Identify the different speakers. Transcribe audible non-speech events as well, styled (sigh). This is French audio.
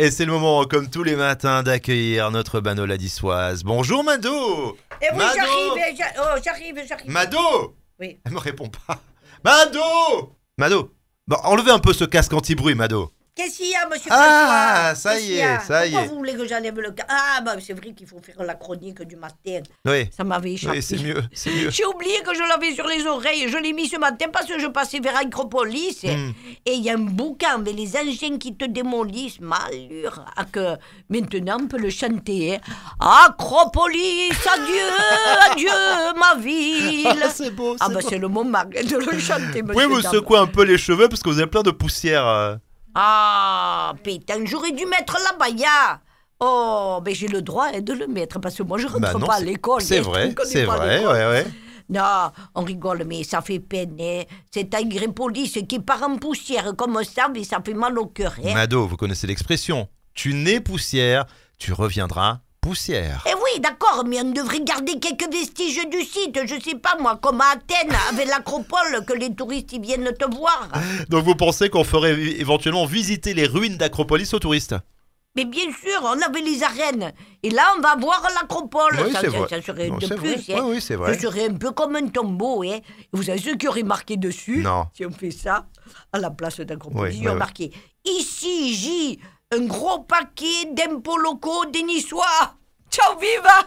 Speaker 1: Et c'est le moment, comme tous les matins, d'accueillir notre Mano Ladissoise. Bonjour Mado
Speaker 2: Et Eh oui,
Speaker 1: Mado
Speaker 2: j'arrive, j'a- oh, j'arrive, j'arrive.
Speaker 1: Mado
Speaker 2: Oui.
Speaker 1: Elle me répond pas. Mado Mado Bon, enlevez un peu ce casque anti-bruit, Mado.
Speaker 2: Qu'est-ce qu'il y a, monsieur
Speaker 1: Ah,
Speaker 2: François
Speaker 1: ça
Speaker 2: Qu'est-ce
Speaker 1: y
Speaker 2: qu'il
Speaker 1: est,
Speaker 2: a
Speaker 1: ça y
Speaker 2: Pourquoi
Speaker 1: est.
Speaker 2: vous voulez que j'enlève le cas Ah, bah, c'est vrai qu'il faut faire la chronique du matin.
Speaker 1: Oui,
Speaker 2: Ça m'avait échappé.
Speaker 1: oui c'est mieux, c'est mieux.
Speaker 2: J'ai oublié que je l'avais sur les oreilles. Je l'ai mis ce matin parce que je passais vers Acropolis.
Speaker 1: Hmm.
Speaker 2: Et il y a un bouquin avec les engins qui te démolissent. Malheur. Ah, que maintenant, on peut le chanter. hein. Acropolis,
Speaker 1: (laughs)
Speaker 2: adieu, adieu, ma ville.
Speaker 1: Ah, c'est beau, c'est
Speaker 2: Ah, bah,
Speaker 1: beau.
Speaker 2: c'est le moment de le chanter, monsieur.
Speaker 1: Vous pouvez vous
Speaker 2: dame.
Speaker 1: secouer un peu les cheveux parce que vous avez plein de poussière. euh.
Speaker 2: Ah, putain, j'aurais dû mettre la baya. Oh, mais j'ai le droit hein, de le mettre parce que moi je rentre
Speaker 1: Bah non,
Speaker 2: pas à
Speaker 1: c'est-
Speaker 2: l'école. hein,
Speaker 1: C'est
Speaker 2: je
Speaker 1: vrai,
Speaker 2: connais
Speaker 1: c'est
Speaker 2: pas
Speaker 1: vrai,
Speaker 2: l'école.
Speaker 1: ouais, ouais.
Speaker 2: Non, on rigole, mais ça fait peine. hein. C'est un gré police qui part en poussière comme ça, mais ça fait mal au cœur. hein.
Speaker 1: Mado, vous connaissez l'expression. Tu nais poussière, tu reviendras poussière.
Speaker 2: Eh oui, d'accord, mais on devrait garder quelques vestiges du site. Je sais pas, moi, comme à Athènes, (laughs) avec l'acropole, que les touristes y viennent te voir.
Speaker 1: Donc vous pensez qu'on ferait é- éventuellement visiter les ruines d'Acropolis aux touristes
Speaker 2: Mais bien sûr, on avait les arènes. Et là, on va voir l'acropole.
Speaker 1: Oui,
Speaker 2: ça,
Speaker 1: c'est
Speaker 2: ça-
Speaker 1: vrai.
Speaker 2: ça serait
Speaker 1: Non,
Speaker 2: de
Speaker 1: c'est
Speaker 2: plus.
Speaker 1: vrai.
Speaker 2: hein.
Speaker 1: Oui, oui, c'est vrai.
Speaker 2: Ce serait un peu comme un tombeau. Hein. Vous savez ce qui aurait marqué dessus
Speaker 1: Non.
Speaker 2: Si on fait ça, à la place d'un gros
Speaker 1: Oui,
Speaker 2: ils
Speaker 1: oui,
Speaker 2: ont
Speaker 1: oui.
Speaker 2: marqué Ici, J, un gros paquet d'impôts locaux des Niçois. Ciao, viva